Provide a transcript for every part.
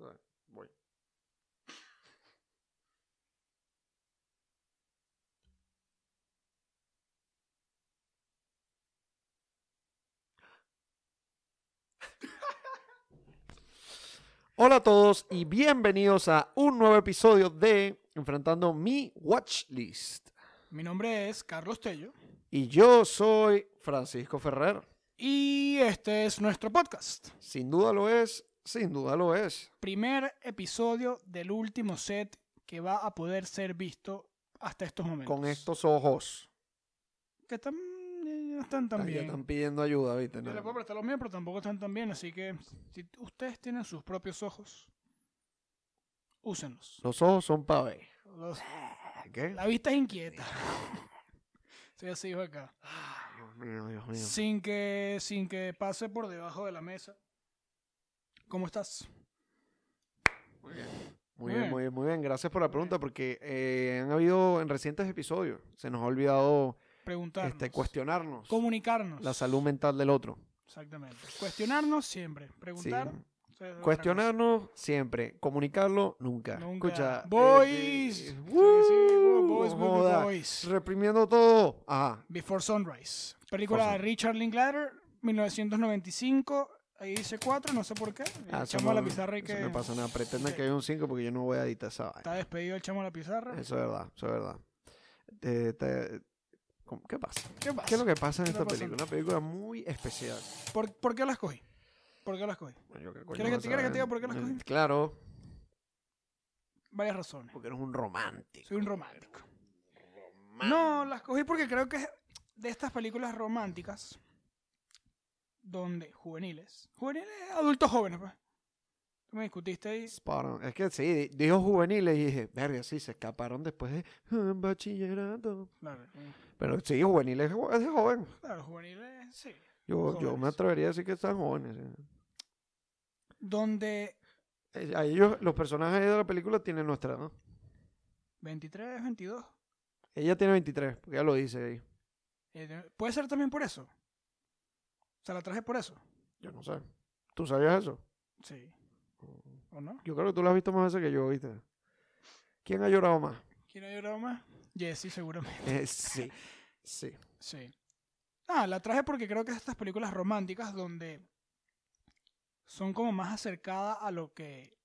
Ah, voy. Hola a todos y bienvenidos a un nuevo episodio de Enfrentando mi Watchlist. Mi nombre es Carlos Tello Y yo soy Francisco Ferrer. y este es nuestro podcast. Sin duda lo es, sin duda lo es. Primer episodio del último set que va a poder ser visto hasta estos momentos. Con estos ojos. Que están, eh, no están tan Ay, Ah, ya bien. están pidiendo ayuda, ¿viste? Yo No. le puedo prestar los míos, pero tampoco están tan bien. Así que si ustedes tienen sus propios ojos, úsenlos. Los ojos son para ver. Los- ¿Qué? la vista es inquieta. Soy así, hijo acá. Ay, Dios mío, Dios mío. Sin que, sin que pase por debajo de la mesa. ¿Cómo estás? Muy bien. Muy bien, bien. muy bien, muy bien. Gracias por la pregunta, porque eh, han habido en recientes episodios, se nos ha olvidado Preguntarnos. este, cuestionarnos Comunicarnos. la salud mental del otro. Exactamente. Cuestionarnos siempre. Sí. Preguntar. o sea, es otra Cuestionarnos siempre, comunicarlo nunca. cosa. Nunca. Escucha. eh, Boys. eh, Sí, sí, ¡uh! boys, baby, Joda. boys. Reprimiendo todo. Ajá. Before Sunrise. Película Before de Richard Linklater, 1995. Ahí dice 4, no sé por qué. El Ah, eso chamo de Eh, la no- pizarra y eso que. no pasa nada. Pretendan Ok. que hay un 5 porque yo no voy a editar esa vaina. Está despedido el chamo de la pizarra. Eso es verdad, eso es verdad. Eh, te- ¿cómo- ¿Qué pasa? ¿Qué pasa? ¿Qué es lo que pasa en ¿Qué esta está pasando? película? Una película muy especial. ¿Por, por qué las cogí? ¿Por qué las cogí? Bueno, yo qué coño ¿Quieres que vas te- a quieres que saber. te diga por qué las Eh, cogí? Claro, Varias razones. porque eres un romántico. Soy un romántico. No, las cogí porque creo que es de estas películas románticas donde juveniles, juveniles, adultos jóvenes, pues. Tú me discutiste ahí. Spot on. Es que sí, di- dijo juveniles y dije, verga, sí, se escaparon después de ah, bachillerato. Claro, Pero sí, juveniles es jo- es de joven. claro, juveniles, sí. Yo, yo me Jóvenes. atrevería a decir que están jóvenes. eh. sí. Donde Eh, A ellos, los personajes de la película tienen nuestra edad. 23, 22. Ella tiene 23, porque ella lo dice ahí. eh, Puede ser también por eso. O sea, la traje por eso. Yo no sé. ¿Tú sabías eso? Sí. ¿O no? Yo creo que tú la has visto más veces que yo, ¿viste? ¿Quién ha llorado más? ¿Quién ha llorado más? Jesse, seguramente. Eh, sí. Sí. Sí. Ah, la traje porque creo que es estas películas románticas donde son como más acercadas a lo que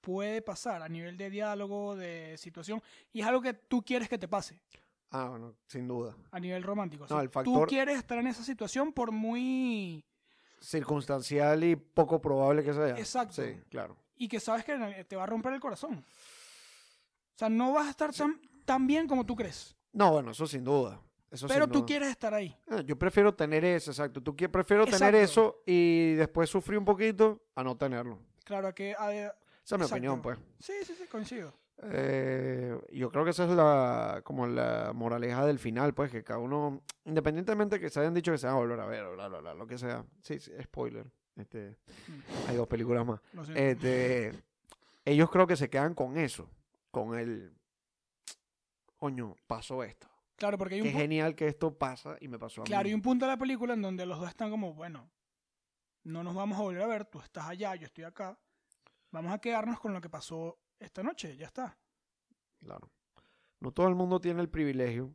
puede pasar a nivel de diálogo, de situación, y es algo que tú quieres que te pase Ah, bueno, sin duda. a nivel romántico. O No, sea, el Tú factor- quieres estar en esa situación por muy... Circunstancial y poco probable que sea. Exacto. Sí, claro. y que sabes que na- te va a romper el corazón. O sea, no vas a estar tan, tan bien como tú crees, No, bueno, eso sin duda. Eso pero sin tú duda. quieres estar ahí. Ah, Yo prefiero tener eso, exacto. Tú que prefiero tener Exacto. eso y después sufrir un poquito a no tenerlo. Claro que... a- Esa es mi Exacto. opinión, pues. sí, sí, sí, coincido. Eh, yo creo que esa es la como la moraleja del final, pues, que cada uno, independientemente que se hayan dicho que se van a volver a ver, bla, bla, bla, lo que sea. Sí, sí, spoiler. Este, hay dos películas más. Lo siento. Este, ellos creo que se quedan con eso, con el coño, pasó esto. claro, porque hay un... Qué pu- genial que esto pasa y me pasó a Claro, mí. y un punto de la película en donde los dos están como, bueno, no nos vamos a volver a ver, tú estás allá, yo estoy acá, vamos a quedarnos con lo que pasó esta noche, ya está. Claro. No todo el mundo tiene el privilegio,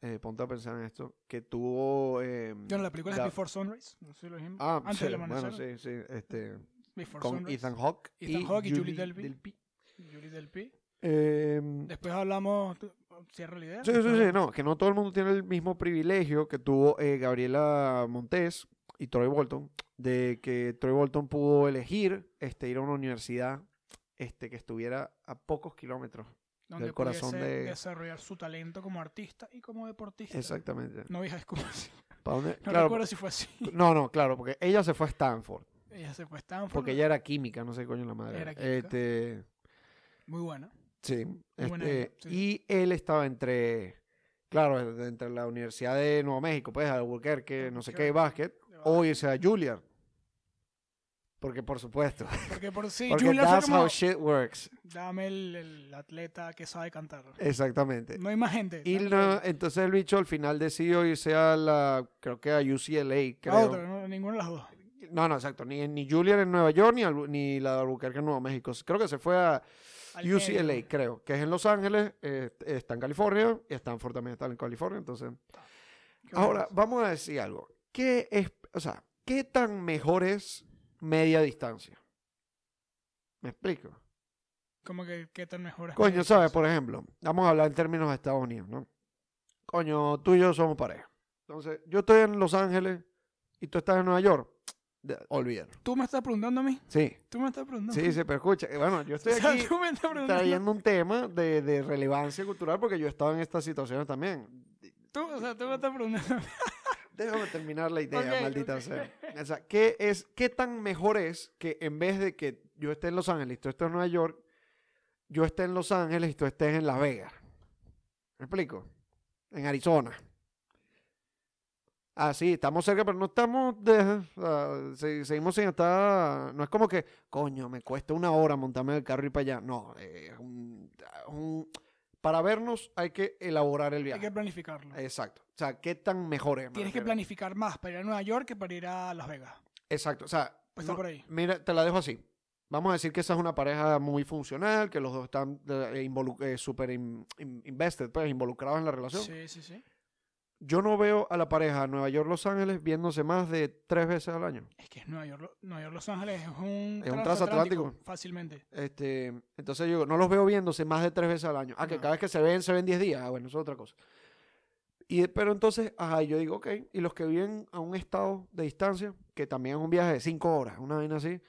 eh, ponte a pensar en esto, que tuvo. eh, Yo en la película Ga- es Before Sunrise, no sé si lo dijimos, Ah, antes sí, del amanecer, bueno, sí, sí. Este, Before con Sunrise, Ethan Hawke Ethan Hawke y Julie Delpy. Delpy. Julie Delpy. Eh, Después hablamos, tú- cierra la idea. sí, sí, sí, no, que no todo el mundo tiene el mismo privilegio que tuvo eh, Gabriela Montes y Troy Bolton, de que Troy Bolton pudo elegir este, ir a una universidad este, que estuviera a pocos kilómetros. donde del corazón pudiese de- desarrollar su talento como artista y como deportista. Exactamente. No hija, es como así. ¿Para dónde? No Claro, recuerdo si fue así. no, no, claro, porque ella se fue a Stanford. Ella se fue a Stanford, Porque ella era química, no sé qué coño la madre. Era era. química. Este, muy buena. sí. buena este, ella, sí. Y él estaba entre, claro, de- entre la Universidad de Nuevo México, pues, Albuquerque, no sé qué, Albuquerque, Ah. básquet, de o irse a Juilliard. Porque, por supuesto. Porque por sí, porque Julia fue that's como, how shit works. dame el, el atleta que sabe cantar. Exactamente. No hay más gente. Eh, Y dame no- el- entonces el bicho al final decidió irse a la, creo que a UCLA, a creo. otra, no, ninguna de las dos. No, no, exacto. Ni, ni Julian en Nueva York, ni, Albu- ni la de Albuquerque en Nuevo México. Creo que se fue a Al UCLA, medio. creo, que es en Los Ángeles, eh, está en California, y Stanford también está en California, entonces... Qué Ahora, bueno. vamos a decir algo. ¿Qué es, o sea, qué tan mejor es media distancia? ¿Me explico? Como que qué tan mejor es Coño, medio ¿sabes? distancia. Por ejemplo, vamos a hablar en términos de Estados Unidos, ¿no? Coño, tú y yo somos pareja. Entonces, yo estoy en Los Ángeles y tú estás en Nueva York. De- Olvídalo. Tú me estás preguntando a mí. Sí, Tú me estás preguntando. a sí, mí. sí, pero escucha, eh, bueno, yo estoy O sea, aquí tú me estás preguntando. trayendo un tema de, de relevancia cultural porque yo he estado en estas situaciones también. Tú, o sea, tú me estás preguntando. a mí. Déjame terminar la idea, Ok, maldita ok. sea. O sea, ¿qué, es, ¿qué tan mejor es que en vez de que yo esté en Los Ángeles y tú estés en Nueva York, yo esté en Los Ángeles y tú estés en Las Vegas? ¿Me explico? En Arizona. Ah, sí, estamos cerca, pero no estamos. De, o sea, se- seguimos sin estar. No es como que, coño, me cuesta una hora montarme en el carro y ir para allá. No, eh, es un- un- para vernos hay que elaborar el Hay que viaje. planificarlo. Exacto. O sea, ¿qué tan mejor es? me Tienes que refiero? planificar más para ir a Nueva York que para ir a Las Vegas. Exacto, o sea, Pues está no- por ahí. mira, te la dejo así. Vamos a decir que esa es una pareja muy funcional, que los dos están eh, involu- eh, súper in- in- invested, pues involucrados en la relación. Sí, sí, sí. Yo no veo a la pareja Nueva York-Los Ángeles viéndose más de tres veces al año. Es que es Nueva York, Lo- Nueva York, Los Ángeles es un, Es un transatlántico. Fácilmente. Este, entonces yo digo, no los veo viéndose más de tres veces al año. Ah, que No. cada vez que se ven, se ven 10 días. Ah, bueno, eso es otra cosa. Y, pero entonces, ajá, yo digo, ok, y los que viven a un estado de distancia, que también es un viaje de cinco horas, una vaina así,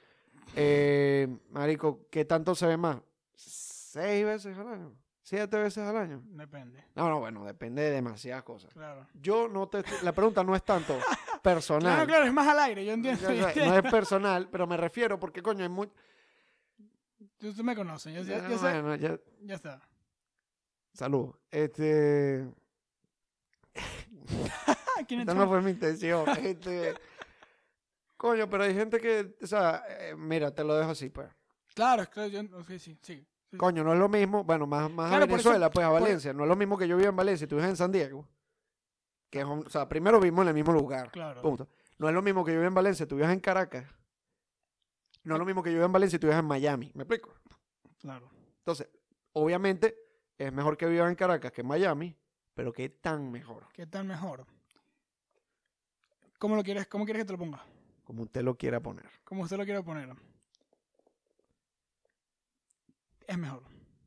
eh, marico, ¿qué tanto se ve más? ¿Seis veces al año? ¿Siete veces al año? Depende. No, no, bueno, depende de demasiadas cosas. Claro. Yo no te... La pregunta no es tanto personal. Claro, claro, es más al aire, yo entiendo. Ya, yo ya, entiendo. no es personal, pero me refiero porque, coño, hay muy... Pues, Tú, tú me conoces, yo, sé- yo sé, Bueno, ya- ya está. Salud. Este. Ah, ¿quién Esta entró? no fue mi intención. Este. Coño, pero hay gente que. O sea, eh, mira, te lo dejo así, pues. Claro, claro, yo, ok, sí, sí. sí. Coño, no es lo mismo. Bueno, más, más Claro, a por eso- Venezuela, pues a por- Valencia. No es lo mismo que yo viva en Valencia y tú vives en San Diego. Que es un- o sea, primero vivimos en el mismo lugar. Claro. Punto. No es lo mismo que yo viva en Valencia, tú vives en Caracas. No es lo mismo que yo viva en Valencia y tú vives en Miami. ¿Me explico? Claro. Entonces, obviamente, es mejor que vivas en Caracas que en Miami, pero ¿qué tan mejor? ¿Qué tal mejor? ¿Cómo lo quieres, cómo quieres que te lo ponga? Como usted lo quiera poner. Como usted lo quiera poner. Es mejor,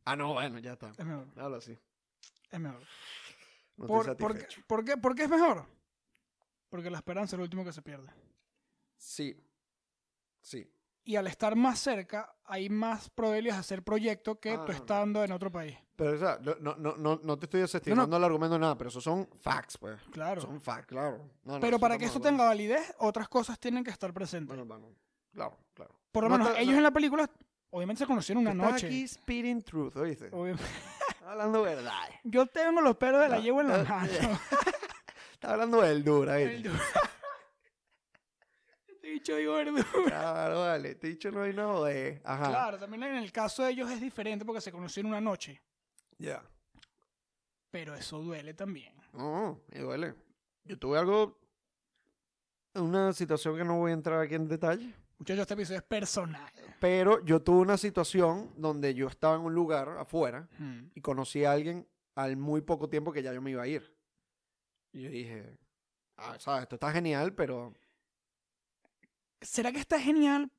Ah, no, bueno, ya está. es mejor, Habla así. es mejor. No Por, estoy por qué- satisfecho. por qué, por qué es mejor? Porque la esperanza es lo último que se pierde. Sí. Sí. Y al estar más cerca, hay más probabilidades de hacer proyecto que Ah, tú no. estando en otro país. Pero, o sea, no, no, no- no, no te estoy desestimando el argumento de nada, pero eso son facts, pues. Claro. Son facts, claro. No, no, Pero eso para estamos que esto hablando. tenga validez, otras cosas tienen que estar presentes. Bueno, bueno, claro, claro. Por lo No menos está- ellos no- en la película, obviamente se conocieron una Estás noche. Oh. aquí speaking truth, ¿oíste? Obvia- Está hablando verdad. eh. Yo tengo los pelos de la No, llevo en la no, mano. Está hablando verdura, ¿viste? Verdura. Este bicho digo verdura. Claro, vale. Te he dicho no hay nada de... Ajá. Claro, también en el caso de ellos es diferente porque se conocieron una noche. Ya. Pero eso duele también. No, me duele. Yo tuve algo... Una situación que no voy a entrar aquí en detalle. Muchachos, este episodio es personal. Pero yo tuve una situación donde yo estaba en un lugar afuera Hmm. y conocí a alguien al muy poco tiempo que ya yo me iba a ir. Y yo dije, ah, sabes, esto está genial, pero ¿Será que está genial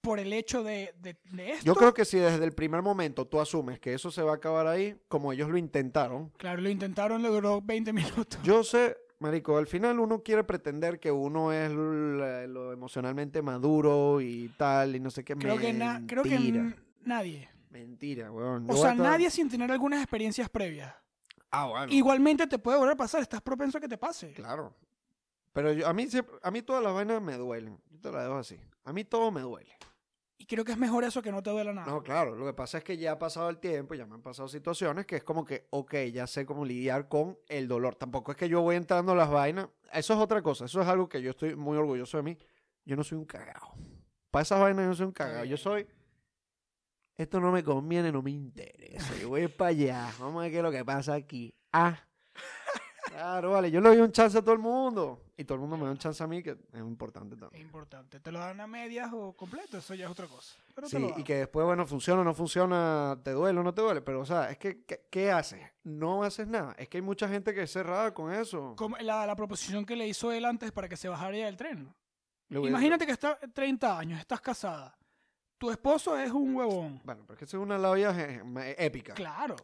por el hecho de, de- de esto? yo creo que si desde el primer momento tú asumes que eso se va a acabar ahí, como ellos lo intentaron, Claro, lo intentaron, le duró 20 minutos. yo sé, Marico, al final uno quiere pretender que uno es l- eh, lo emocionalmente maduro y tal, y no sé qué. creo que, na- mentira, creo que n- nadie. Mentira, weón. O sea, nadie sin tener algunas experiencias previas. Ah, bueno. Igualmente te puede volver a pasar, estás propenso a que te pase. Claro. Pero yo- a, mí siempre- a mí todas las vainas me duelen. Yo te la dejo así. A mí todo me duele. Y creo que es mejor eso que no te duela nada. No, claro. Lo que pasa es que ya ha pasado el tiempo, ya me han pasado situaciones que es como que, ok, ya sé cómo lidiar con el dolor. Tampoco es que yo voy entrando a las vainas. Eso es otra cosa. Eso es algo que yo estoy muy orgulloso de mí. Yo no soy un cagado. Para esas vainas yo no soy un cagado. Yo bien. soy... Esto no me conviene, no me interesa. Yo voy para allá. Vamos a ver qué es lo que pasa aquí. Ah. Claro, vale. Yo le doy un chance a todo el mundo. Y todo el mundo me da un chance a mí, que es importante Es también. importante. ¿Te lo dan a medias o completo? Eso ya es otra cosa. Pero te lo Sí, y dan. que después, bueno, funciona o no funciona, te duele o no te duele, pero o sea, es que, ¿qué, qué haces? No haces nada. Es que hay mucha gente que es cerrada con eso. Como la, la proposición que le hizo él antes para que se bajara del tren. Le hubiera- Imagínate que estás 30 años, estás casada. Tu esposo es un huevón. Bueno, pero es que eso es una labia eh, eh, épica, Claro,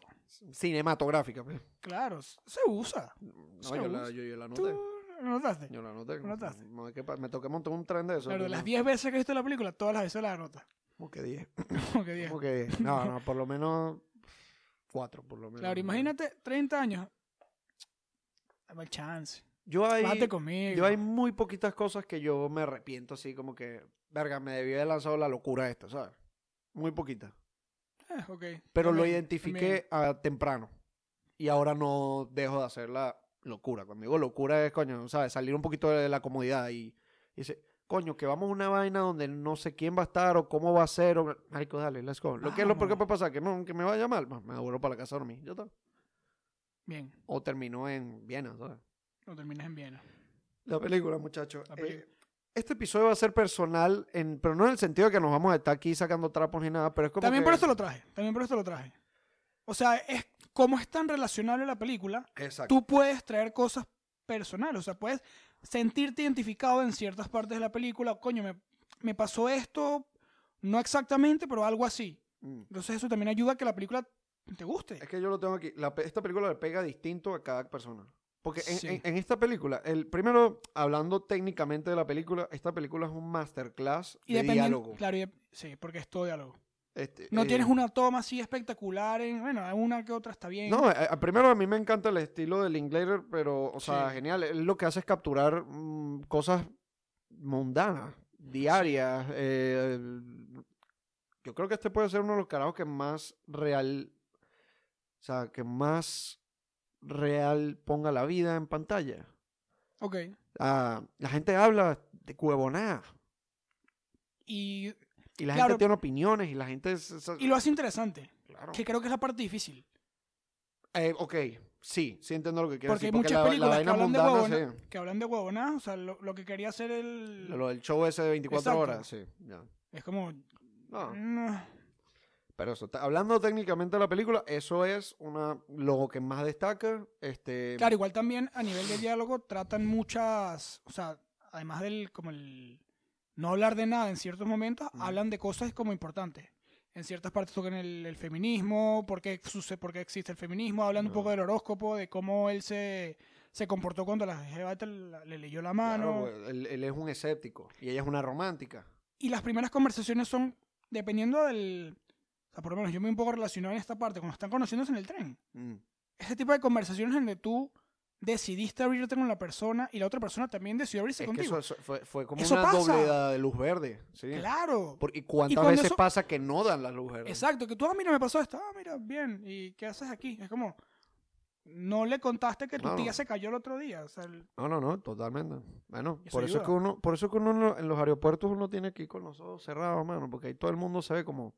cinematográfica. pues. claro. Se usa. No, Se yo la, usa. yo, yo la ¿Tú noté. lo notaste? Yo la noté. ¿Lo notaste? No, es que pa- me toqué montar un tren de eso. Claro, que de las no- 10 veces que viste la película, todas las veces la notas. Como que 10. Como que 10. Como que 10. No, no, por lo menos 4, por lo menos. Claro, imagínate 30 años. Dame el chance. Yo ahí... Mate conmigo. Yo hay muy poquitas cosas que yo me arrepiento así como que, verga, me debí haber lanzado la locura esta, ¿sabes? Muy poquita. Eh, ok, Pero lo también, identifiqué a temprano. Y ahora no dejo de hacer la locura. Cuando digo locura es, coño, ¿sabes? Salir un poquito de la comodidad y, y dice, coño, que vamos a una vaina donde no sé quién va a estar o cómo va a ser. O... Marico, dale, let's go. Lo que es lo peor que Vamos. puede pasar, que no, que me vaya mal, pues, me vuelvo para la casa a dormir. Ya está. Bien, bien. O terminó en Viena, ¿sabes? Lo terminas en Viena. La película, muchachos. La peli- este episodio va a ser personal, en, pero no en el sentido de que nos vamos a estar aquí sacando trapos ni nada, pero es como También que- por esto lo traje. También por esto lo traje. O sea, es como es tan relacionable la película, Exacto. tú puedes traer cosas personales. O sea, puedes sentirte identificado en ciertas partes de la película. Coño, me, me pasó esto, no exactamente, pero algo así. Mm. Entonces eso también ayuda a que la película te guste. Es que yo lo tengo aquí. La pe- esta película le pega distinto a cada persona. Porque en, Sí. en- en esta película, el primero, hablando técnicamente de la película, esta película es un masterclass Y de dependiendo- diálogo. Claro, y de- sí, porque es todo diálogo. Este, No eh, tienes una toma así espectacular en, bueno, una que otra está bien. No, eh, eh, primero a mí me encanta el estilo del Linklater, pero, o sea, Sí. genial. Él lo que hace es capturar mm, cosas mundanas, diarias. eh, yo creo que este puede ser uno de los carajos que más real, o sea, que más real ponga la vida en pantalla. Ok. Ah, la gente habla de huevonada Y, y la Claro. gente tiene opiniones y la gente... es- es- y lo hace interesante, claro. que creo que es la parte difícil. Eh, ok, sí, sí entiendo lo que quieres Porque hay decir. Porque muchas la, la películas que vaina hablan, de mundana, huevona- sí. que hablan de huevonadas, o sea, lo, lo que quería hacer el... Lo del show ese de 24 Exacto. horas, sí. ya. Es como... No, mm, pero eso, ta- hablando técnicamente de la película, eso es una lo que más destaca. Este, Claro, igual también a nivel de diálogo tratan muchas, o sea, además del como el no hablar de nada en ciertos momentos, Ujú. hablan de cosas como importantes. En ciertas partes tocan el, el feminismo, por qué, suce- por qué existe el feminismo, hablan un Ujú. poco del horóscopo, de cómo él se, se comportó cuando la jeva te la- le leyó la claro, mano. pues, él, él es un escéptico y ella es una romántica. y las primeras conversaciones son, dependiendo del... O sea, por lo menos yo me vi un poco relacionado en esta parte, cuando están conociéndose en el tren. Mm. ese tipo de conversaciones en donde tú decidiste abrirte con la persona y la otra persona también decidió abrirse Es que contigo. eso, eso fue, fue como Eso una pasa. dobleda de luz verde. ¿sí? Claro. Por- ¿Y cuántas cuando veces eso- pasa que no dan la luz verde? Exacto, que tú, ah, mira, me pasó esto, ah, mira, bien, ¿y qué haces aquí? Es como, no le contaste que tu No, no. tía se cayó el otro día. O sea, el- No, no, no, totalmente. Bueno, Eso por eso, es ayuda. que uno, por eso es que uno en lo- en los aeropuertos uno tiene que ir con los ojos cerrados, mano, porque ahí todo el mundo se ve como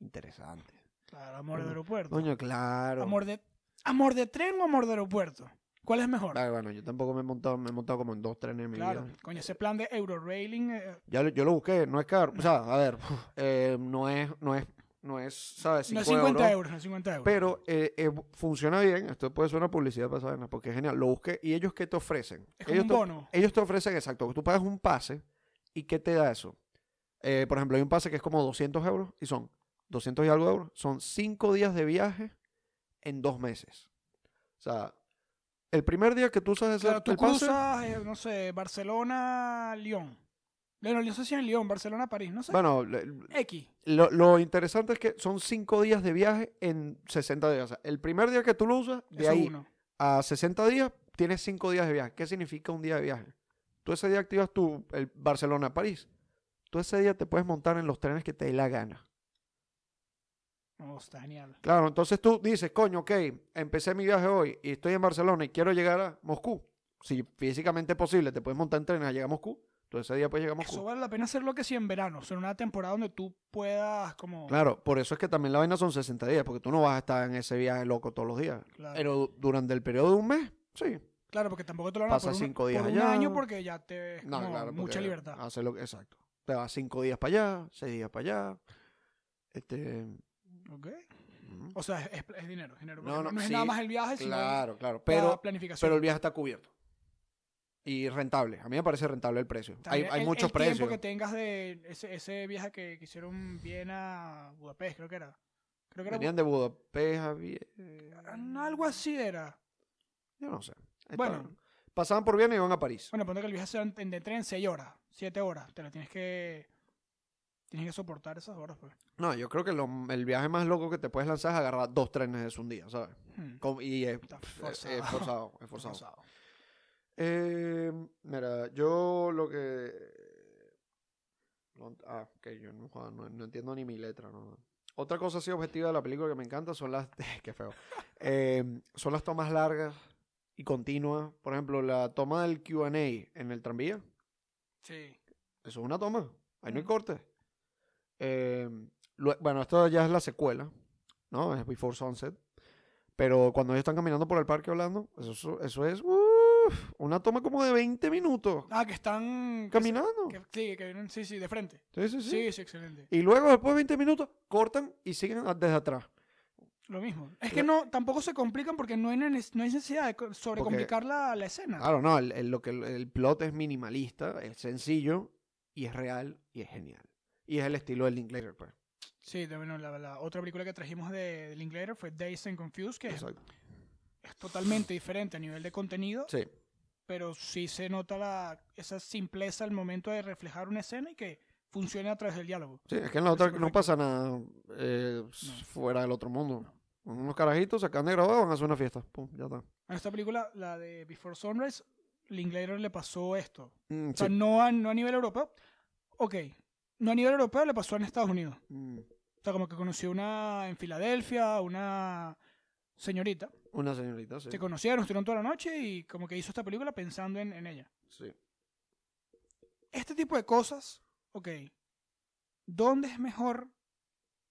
interesante. claro, amor de Coño, aeropuerto. Coño, claro. Amor de, amor de tren o amor de aeropuerto. ¿Cuál es mejor? Ah, bueno, yo tampoco me he montado, me he montado como en dos trenes en mi Claro, vida. coño, ese plan de Eurorailing, eh, Ya lo- yo lo busqué, no es caro. O sea, a ver, eh, no es, no es, no es, ¿sabes? no es Cinco 50 euros, no es 50 euros. Pero eh, eh, funciona bien. Esto puede ser una publicidad para esa vaina, porque es genial. Lo busqué. ¿Y ellos qué te ofrecen? es como ellos un te- bono. Ellos te ofrecen, exacto, tú pagas un pase y ¿qué te da eso? Eh, por ejemplo, hay un pase que es como 200 euros y son 200 y algo euros. Son 5 días de viaje en 2 meses. O sea, el primer día que tú usas ese Claro, tú el pase, cruzas, eh, no sé, Barcelona-León. Bueno, no sé si en León, Barcelona-París, no sé. bueno, le- X. lo, lo interesante es que son 5 días de viaje en 60 días. O sea, el primer día que tú lo usas, de eso ahí uno. a 60 días, tienes 5 días de viaje. ¿Qué significa un día de viaje? Tú ese día activas tu el Barcelona-París. Tú ese día te puedes montar en los trenes que te dé la gana. No, está genial. Claro, entonces tú dices, coño, ok, empecé mi viaje hoy y estoy en Barcelona y quiero llegar a Moscú. Si físicamente es posible, te puedes montar en trenes a llegar a Moscú. Tú ese día puedes llegar a Moscú. Eso vale la pena hacerlo que si en verano, o sea, en una temporada donde tú puedas como... Claro, por eso es que también la vaina son 60 días, porque tú no vas a estar en ese viaje loco todos los días. Claro. Pero durante el periodo de un mes, sí. Claro, porque tampoco te lo van a Pasa por un- cinco días por un allá. año porque ya te es No, como claro, porque ah. mucha libertad. hace lo que- exacto. Te vas cinco días para allá, seis días para allá. Este. Ok. ujú. O sea, es, es dinero, es dinero. No, No, no, no, es sí, nada más el viaje, sino Claro, claro. la Pero, planificación. pero el viaje está cubierto. Y rentable. A mí me parece rentable el precio. Hay, También hay el- muchos el precios. tiempo que tengas de ese, ese viaje que, que hicieron bien a Budapest, creo que era. Creo que era Venían de Budapest a Vie- Bu- algo así era. Yo no sé. Bueno. Estaban- Pasaban por Viena y iban a París. Bueno, ponte que el viaje sea en, en de tren 6 horas, 7 horas. Te la tienes que. Tienes que soportar esas horas, pues. No, yo creo que lo- el viaje más loco que te puedes lanzar es agarrar dos trenes de un día, ¿sabes? Hmm. Com- y es Está pf, es- forzado. es forzado. Es Está forzado. forzado. Eh, mira, yo lo que. no- Ah, ok, yo no, joda, no- no entiendo ni mi letra, ¿no? Otra cosa así objetiva de la película que me encanta son las. qué feo. Eh, son las tomas largas y continuas. Por ejemplo, la toma del QA en el tranvía. Sí. Eso es una toma. Ahí no hay Mm. corte. Eh, lue- bueno, esto ya es la secuela, ¿no? Es Before Sunset. Pero cuando ellos están caminando por el parque hablando, eso, eso es uf, una toma como de 20 minutos Ah, que están. que se- caminando. que- sí, que vienen, sí, sí, de frente. Sí, sí, sí. Sí, sí, excelente. Y luego, después de 20 minutos, cortan y siguen a- desde atrás. Lo mismo. Es que no, tampoco se complican porque no hay, nene- no hay necesidad de co- sobrecomplicar la, la escena. Claro, no, el, el- lo que, el- el plot es minimalista, es sencillo y es real y es genial. Y es el estilo del Linklater, pues. Sí, de- bueno, la, la otra película que trajimos de, de Linklater fue Days and Confused, que es, Exacto. es totalmente diferente a nivel de contenido, Sí. pero sí se nota la, esa simpleza al momento de reflejar una escena y que funcione a través del diálogo. Sí, es que en la otra Parece no perfecto. pasa nada eh, s- No. fuera del otro mundo. Unos carajitos se acaban de grabar, van a hacer una fiesta. Pum, ya está. En esta película, la de Before Sunrise, Linklater le pasó esto. Mm, O sea, sí. no a, no a nivel europeo. Ok, no a nivel europeo le pasó en Estados Unidos. Mm, O sea, como que conoció una en Filadelfia, una señorita. Una señorita, sí. Se conocieron, estuvieron toda la noche y como que hizo esta película pensando en, en ella. Sí. Este tipo de cosas, ok, ¿dónde es mejor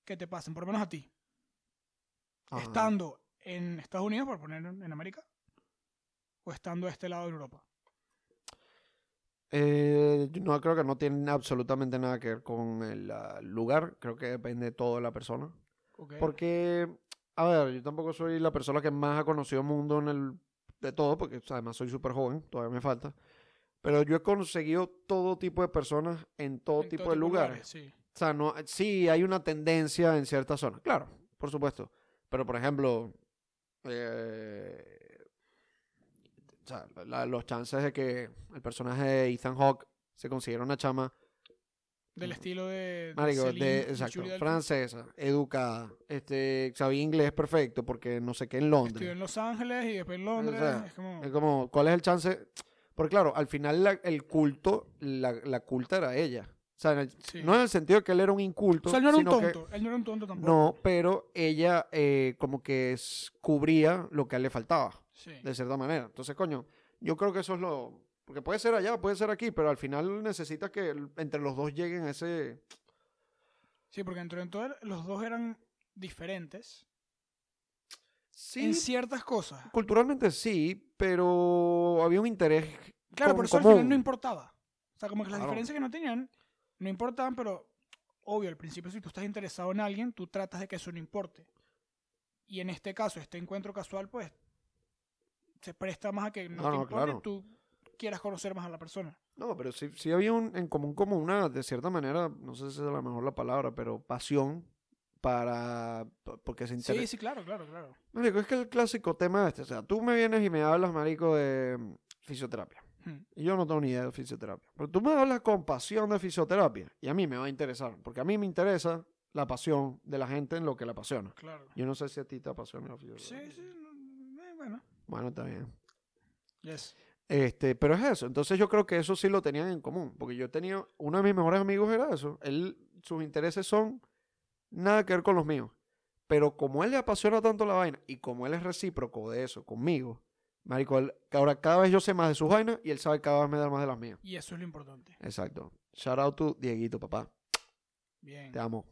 que te pasen? Por lo menos a ti. Ajá. Estando en Estados Unidos, por poner en en América, o estando a este lado de Europa. Eh, yo no, creo que no tiene absolutamente nada que ver con el ah, lugar. Creo que depende todo de la persona. Ok. Porque, a ver, yo tampoco soy la persona que más ha conocido mundo en el, de todo, porque o sea, además soy súper joven, todavía me falta. Pero yo he conseguido todo tipo de personas en todo En tipo todo de lugares. sí. O sea, no, sí hay una tendencia en ciertas zonas, claro, por supuesto. Pero, por ejemplo, eh, o sea, la- los chances de que el personaje de Ethan Hawke se consiguiera una chama, Del estilo de. marico, Celine, de, de exacto, Shuri Dalton. francesa, educada, este, sabía inglés perfecto porque no sé qué en Estudió Londres. en Los Ángeles y después en Londres. sea, es como. Es como, ¿cuál es el chance? Porque claro, al final la- el culto, la, la culta era ella. O sea, en el- Sí. no en el sentido de que él era un inculto, o sea, él no era un sino que- tonto. Él no era un tonto tampoco. No, pero ella eh, como que es- cubría lo que a él le faltaba, Sí. de cierta manera. Entonces, coño, yo creo que eso es lo... Porque puede ser allá, puede ser aquí, pero al final necesitas que el- entre los dos lleguen a ese... Sí, porque entre todos los dos eran diferentes Sí, en ciertas cosas. culturalmente sí, pero había un interés... Claro, con- por eso al común. final no importaba. O sea, como que las Claro. diferencias que no tenían no importaban, pero obvio, al principio si tú estás interesado en alguien, tú tratas de que eso no importe. Y en este caso, este encuentro casual, pues, se presta más a que no, No, te no, importe, claro. tú quieras conocer más a la persona. No, pero sí, sí había un, en común como una, de cierta manera, no sé si es a lo mejor la palabra, pero pasión para... Porque se interesa. Sí, sí, claro, claro, claro. Marico, es que el clásico tema este, o sea, tú me vienes y me hablas, marico, de mm, fisioterapia. Hmm. Y yo no tengo ni idea de fisioterapia. Pero tú me hablas con pasión de fisioterapia. Y a mí me va a interesar, porque a mí me interesa la pasión de la gente en lo que la apasiona. Claro. Yo no sé si a ti te apasiona la fisioterapia. Sí, sí, no- eh, bueno. Bueno, está bien. Yes. Este, pero es eso. Entonces yo creo que eso sí lo tenían en común. Porque yo tenía, uno de mis mejores amigos era eso. Él, sus intereses son nada que ver con los míos. Pero como él le apasiona tanto la vaina y como él es recíproco de eso conmigo, marico, él- ahora cada vez yo sé más de sus vainas y él sabe cada vez me da más de las mías. Y eso es lo importante. Exacto. Shout out to Dieguito, papá. Bien. Te amo,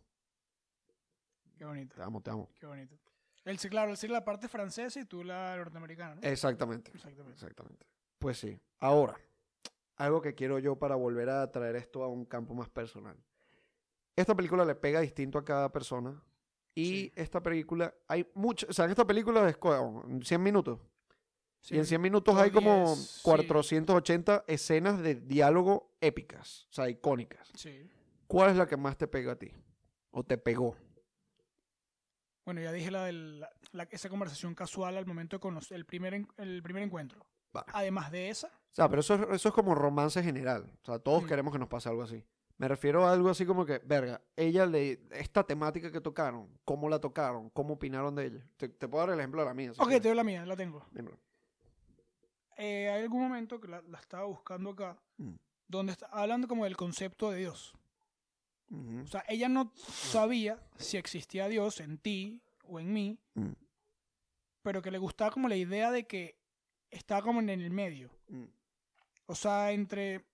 Qué bonito. te amo, te amo. Qué bonito. El, sí, claro, el sí, la parte francesa y tú la norteamericana, Eh, ¿no? Exactamente. Exactamente. Exactamente. Pues sí. Ahora, algo que quiero yo para volver a traer esto a un campo más personal. Esta película le pega distinto a cada persona. Y Sí. esta película, hay mucho. O sea, esta película es co- 100 minutos. Sí, y en 100 minutos hay son como 10, sí. 480 escenas de diálogo épicas, o sea, icónicas. Sí. ¿Cuál es la que más te pega a ti? ¿O te pegó? Bueno, ya dije la de esa conversación casual al momento de conocer el primer, en- el primer encuentro. Va. Además de esa, O sea, pero eso, es- eso es como romance general. O sea, todos Mm. queremos que nos pase algo así. Me refiero a algo así como que, verga, ella le. Esta temática que tocaron, cómo la tocaron, cómo opinaron de ella. Te, te puedo dar el ejemplo de la mía. si Ok, te quieres. doy la mía, la tengo. Dímelo. Eh, hay algún momento que la, la estaba buscando acá, Mm. donde está hablando como del concepto de Dios. Ujú. O sea, ella no sabía si existía Dios en ti o en mí, Mm. pero que le gustaba como la idea de que estaba como en el medio. Mm. O sea, entre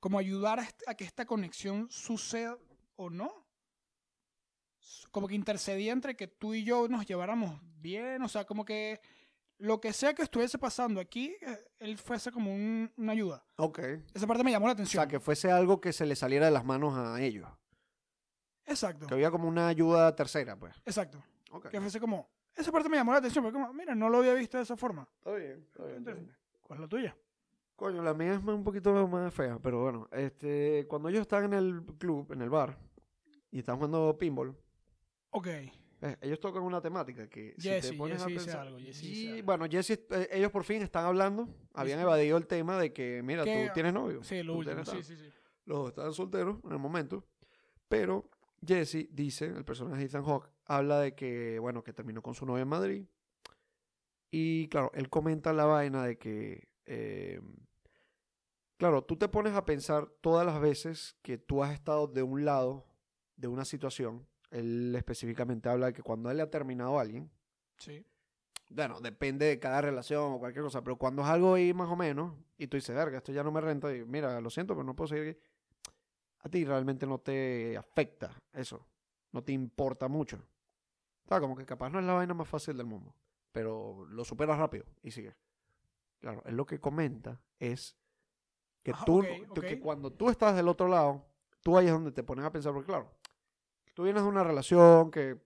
como ayudar a, est- a que esta conexión suceda o no. S- Como que intercedía entre que tú y yo nos lleváramos bien. O sea, como que lo que sea que estuviese pasando aquí, eh, él fuese como un- una ayuda. Ok. Esa parte me llamó la O atención. sea, que fuese algo que se le saliera de las manos a ellos. Exacto, Que había como una ayuda tercera, pues. exacto. Ok. Que fuese como... Esa parte me llamó la atención porque como, mira, no lo había visto de esa forma. Está bien, está bien, bien. está bien. ¿Cuál es la tuya? Coño, la mía es más- un poquito más fea, pero bueno. Este, cuando ellos están en el club, en el bar, y están jugando pinball. Ok, Eh, ellos tocan una temática que si Jesse, te pones Jesse a dice pensar, algo, Jesse Y, dice algo. bueno, Jesse, eh, ellos por fin están hablando, habían Jesse. evadido el tema de que mira, Que- tú tienes novio. sí, lo tú último, tienes sí, tal. sí, sí. Los dos estaban solteros en el momento, pero Jesse dice, el personaje de Ethan Hawke habla de que bueno, que terminó con su novia en Madrid. Y claro, él comenta la vaina de que eh, claro, tú te pones a pensar todas las veces que tú has estado de un lado de una situación. Él específicamente habla de que cuando él le ha terminado a alguien, Sí, bueno, depende de cada relación o cualquier cosa, pero cuando es algo ahí más o menos, y tú dices, verga, esto ya no me renta, y mira, lo siento, pero no puedo seguir aquí", a ti realmente no te afecta eso, no te importa mucho. O sea, como que capaz no es la vaina más fácil del mundo, pero lo superas rápido y sigues. Claro, él lo que comenta es que Ajá, tú, Ah, ok, tú- que ok. cuando tú estás del otro lado, tú ahí es donde te pones a pensar, porque claro, tú vienes de una relación que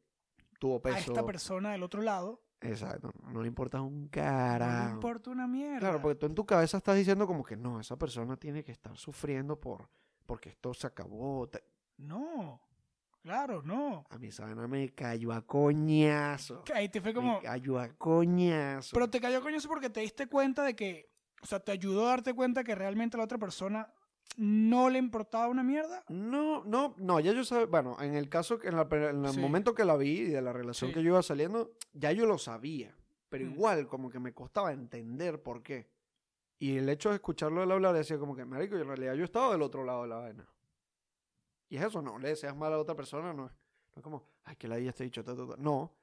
tuvo peso. a esta persona del otro lado Exacto, no, no le importa un no carajo. le importa una mierda. Claro, porque tú en tu cabeza estás diciendo como que no, esa persona tiene que estar sufriendo por porque esto se acabó. te- No, claro, no. A mí esa vaina me cayó a coñazo. Que Ahí te fue Me como... cayó a coñazo. Pero te cayó coño eso porque te diste cuenta de que... O sea, te ayudó a darte cuenta que realmente a la otra persona no le importaba una mierda. No, no, no, ya yo sabía, bueno, en el caso, que- en, la pre- en el Sí. momento que la vi y de la relación Sí. que yo iba saliendo, ya yo lo sabía, pero Mm. igual como que me costaba entender por qué. Y el hecho de escucharlo él hablar decía como que, marico, yo en realidad yo estaba del otro lado de la vaina. Y es eso, no le deseas mal a otra persona, no es, no es como, ay, que la día está dicho, ta, ta, ta". no.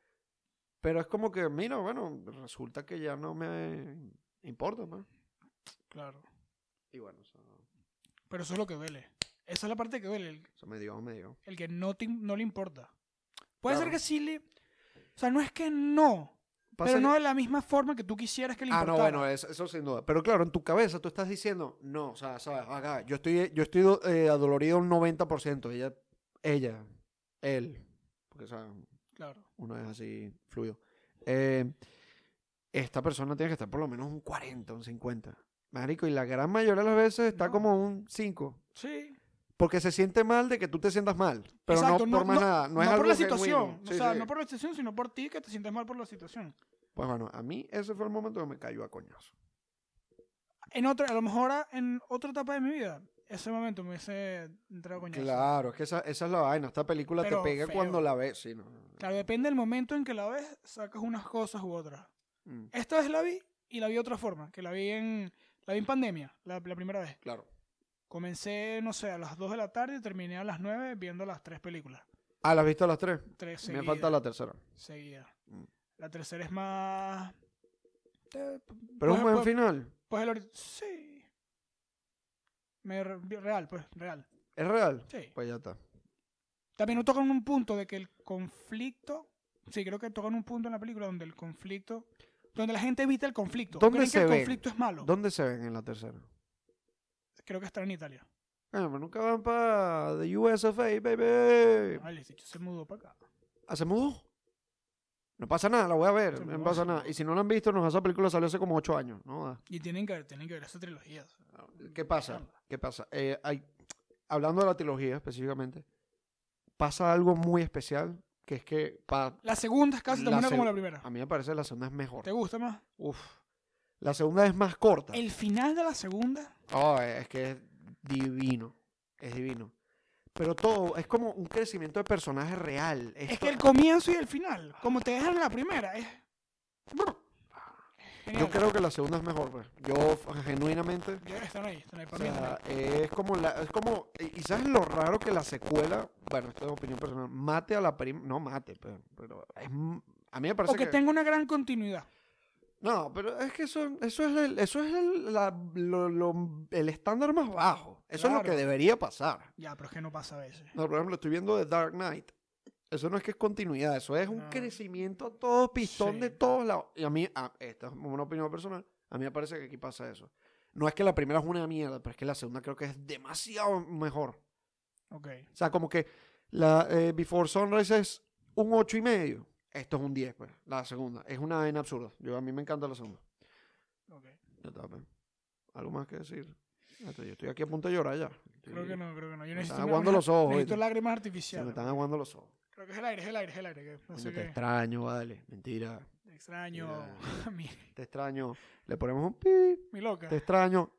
Pero es como que, mira, bueno, resulta que ya no me importa, man. Claro. Y bueno, eso, Pero eso es lo que duele. Esa es la parte que duele, el, eso me dio, me dio. el que no, te- no le importa. Puede ser Claro. que sí le... O sea, no es que no, Pasa- pero no de la misma forma que tú quisieras que le Ah, importara. no, bueno, eso, eso sin duda. Pero claro, en tu cabeza tú estás diciendo, no, o sea, sabes, acá, yo estoy, yo estoy do- eh, adolorido un 90%, ella, ella, él, porque, ¿sabes? Claro. uno es así fluido. Eh, esta persona tiene que estar por lo menos un 40, un 50. Marico, y la gran mayoría de las veces está No. como un 5. Sí. Porque se siente mal de que tú te sientas mal. Pero Exacto, no por más nada. No, es por algo la genuino. situación. Sí, o sea, sí. no por la situación, sino por ti que te sientes mal por la situación. Pues bueno, a mí ese fue el momento que me cayó a coñazo. En otra, a lo mejor a- en otra etapa de mi vida, ese momento me hubiese entrado coñazo. Claro, es que esa, esa es la vaina. Esta película Pero te pega feo. cuando la ves. Sí, no, no, no. Claro, depende del momento en que la ves, sacas unas cosas u otras. Mm, Esta vez la vi y la vi de otra forma, que la vi en la vi en pandemia, la, la primera vez. claro. Comencé, no sé, a las 2 de la tarde y terminé a las 9 viendo las tres películas. Ah, ¿la has visto a las tres? Tres Me seguidas. falta la tercera. seguida. Mm. La tercera es más... eh, Pero es pues- un buen pues- final. Pues el ori- Sí. Me re- real, pues, real. ¿Es real? Sí. Pues ya está. También nos tocan un punto de que el conflicto Sí, creo que tocan un punto en la película donde el conflicto. Donde la gente evita el conflicto. ¿Dónde Creen se que el ven? conflicto es malo. ¿Dónde se ven en la tercera? Creo que estará en Italia. Ah, pero nunca van para the USFA, baby. Ay, Ah, el bicho se mudó para acá. ¿Ah, ¿Se mudó? No pasa nada, la voy a ver, Se no mudó, pasa se nada. mudó. Y si no la han visto, no, esa película salió hace como ocho años, ¿no? jodas. Y tienen que ver, tienen que ver esa trilogía. o sea, ¿Qué pasa? Caramba. ¿Qué pasa? Eh, hay- hablando de la trilogía específicamente, pasa algo muy especial, que es que pa- La segunda es casi tan La buena como seg- la primera. a mí me parece la segunda es mejor. ¿Te gusta más? Uf. La segunda es más corta. El final de la segunda. Oh, es que es divino. Es divino. Pero todo es como un crecimiento de personaje real. Es Esto- que el comienzo y el final. Como te dejan en la primera. Es. Yo Genial. creo que la segunda es mejor, pues. Yo f- genuinamente. Ya Están ahí, están ahí o para mí, están sea, ahí. es como la, es como. Y y sabes lo raro que la secuela. Bueno, esto es opinión personal. Mate a la primera. No mate, pero, pero es m- a mí me parece O que que- tenga una gran continuidad. No, pero es que eso, eso es, el, eso es el, la- lo- lo- el estándar más bajo. Eso es lo que Claro. debería pasar. Ya, pero es que no pasa a veces. No, por ejemplo, estoy viendo The Dark Knight. Eso no es que es continuidad, eso es un No. crecimiento a todo pistón Sí. de todos lados. Y a mí, ah, esta es una opinión personal, a mí me parece que aquí pasa eso. No es que la primera es una mierda, pero es que la segunda creo que es demasiado mejor. Ok. O sea, como que la eh, Before Sunrise es un ocho y medio. Esto es un 10, pues, la segunda. Es una vaina absurda. Yo, a mí me encanta la segunda. ok. Ya está, pues. ¿Algo más que decir? Fíjate, Yo estoy aquí a punto de llorar ya. Creo que no, creo que no. Yo Me necesito están una- aguando una- los ojos, Necesito ¿oíste? lágrimas Se me artificiales. están aguando los ojos. Creo que es el aire, es el aire, es el aire. que no Coño, sé te qué. extraño, vale. Mentira. Te extraño. Mira. mi, Te extraño. Le ponemos un pi. mi loca. Te extraño.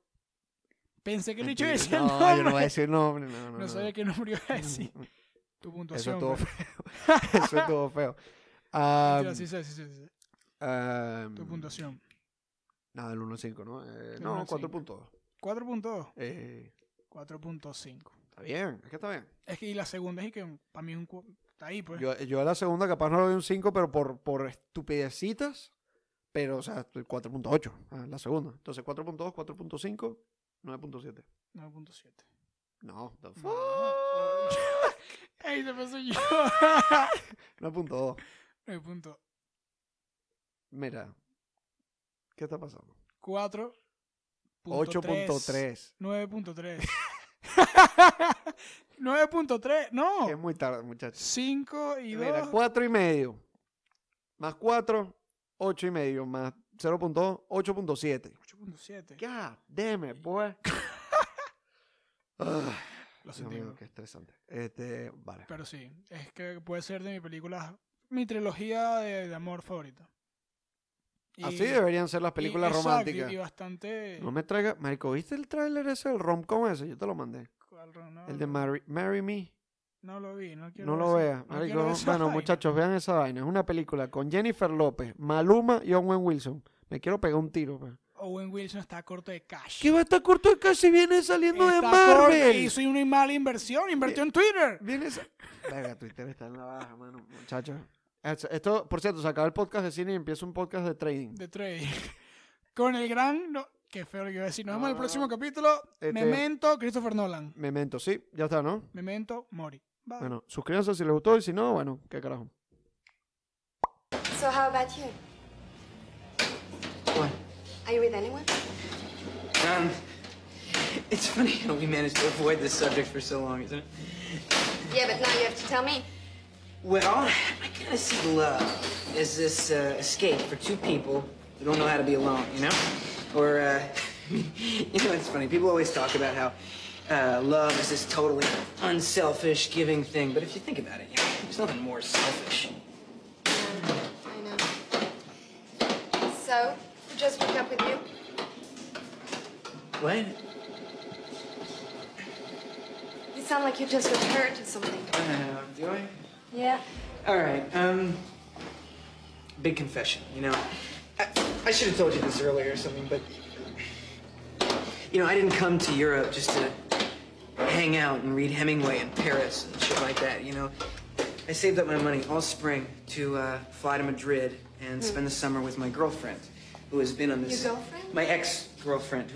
Pensé que el hecho Mentira. decía el no, nombre. yo no voy a decir nombre. No, no, No no. sabía que murió así. Tu Eso puntuación. es todo pues. feo. Eso es todo feo. Ah, Mentira, sí, sí, sí, sí, sí. ah, Tu puntuación. Nada, el 1 al 5, ¿no? Eh, El uno no, al 4 cinco. puntos. 4.2. Eh, 4.5. está bien, es que está bien. Es que y la segunda es que para mí es un cu- está ahí, pues. Yo, yo a la segunda capaz no le doy un 5, pero por, por estupidecitas. Pero, o sea, estoy 4.8, ah, la segunda. Entonces, 4.2, 4.5, 9.7. 9.7. No, the fuck. No. Ey, se pasó yo. 9.2. 9.4. Mira, ¿qué está pasando? 8.3. 8.3. 9.3. 9.3, Es no. muy tarde, muchachos. 5 y Mira, 2. 4 y medio. Más 4, 8 y medio. Más 0.2, 8.7. 8.7. God damn it, boy. pues. Ah, Lo Dios mío, sentimos. qué estresante. Este, vale. Pero sí, es que puede ser de mi película, mi trilogía de, de amor favorita. Y- Así deberían ser las y- películas exacto, románticas. Y, eh, bastante. No me traiga. Marico, ¿viste el tráiler ese, el rom-com ese? Yo te lo mandé. ¿Cuál rom- no, El de no- Marry, Marry Me. No lo vi, no Ah, quiero No lo ver veas. esa- no quiero ver esa bueno, vaina. muchachos, vean esa vaina. Es una película con Jennifer López, Maluma y Owen Wilson. Me quiero pegar un tiro. pues. pa. Owen Wilson está corto de cash. ¿Qué va a estar corto de cash si viene saliendo de Está corto, Marvel? Eh. Hizo una mala inversión, invirtió en Twitter. Viene sa- Verga, Twitter está en la baja, mano. Muchachos. Esto- Esto, por cierto, se acaba el podcast de cine y empieza un podcast de trading. de Trey. Con el gran. No, qué feo lo que iba a decir. Nos vemos en el Ah, próximo capítulo. este- Memento, Christopher Nolan. Memento, sí. Ya está, ¿no? Memento, Mori. Bye. Bueno, suscríbanse si les gustó y si no, bueno, qué carajo. So how about you? What? Are you with anyone? Um, it's funny how we managed to avoid this subject for so long, isn't it? Yeah, but now you have to tell me. Well, I kind of see love as this uh, escape for two people who don't know how to be alone, you know? Or, uh, you know, it's funny. People always talk about how uh, love is this totally unselfish, giving thing. But if you think about it, you know, there's nothing more selfish. I know. So, who just broke up with you? What? You sound like you just got hurt or something. Uh, do I? Yeah. All right. Um, big confession. You know, I, I should have told you this earlier or something, but you know, I didn't come to Europe just to hang out and read Hemingway in Paris and shit like that. You know, I saved up my money all spring to uh, fly to Madrid and spend the summer with my girlfriend, who has been on this. Hmm. Your girlfriend? My ex-girlfriend.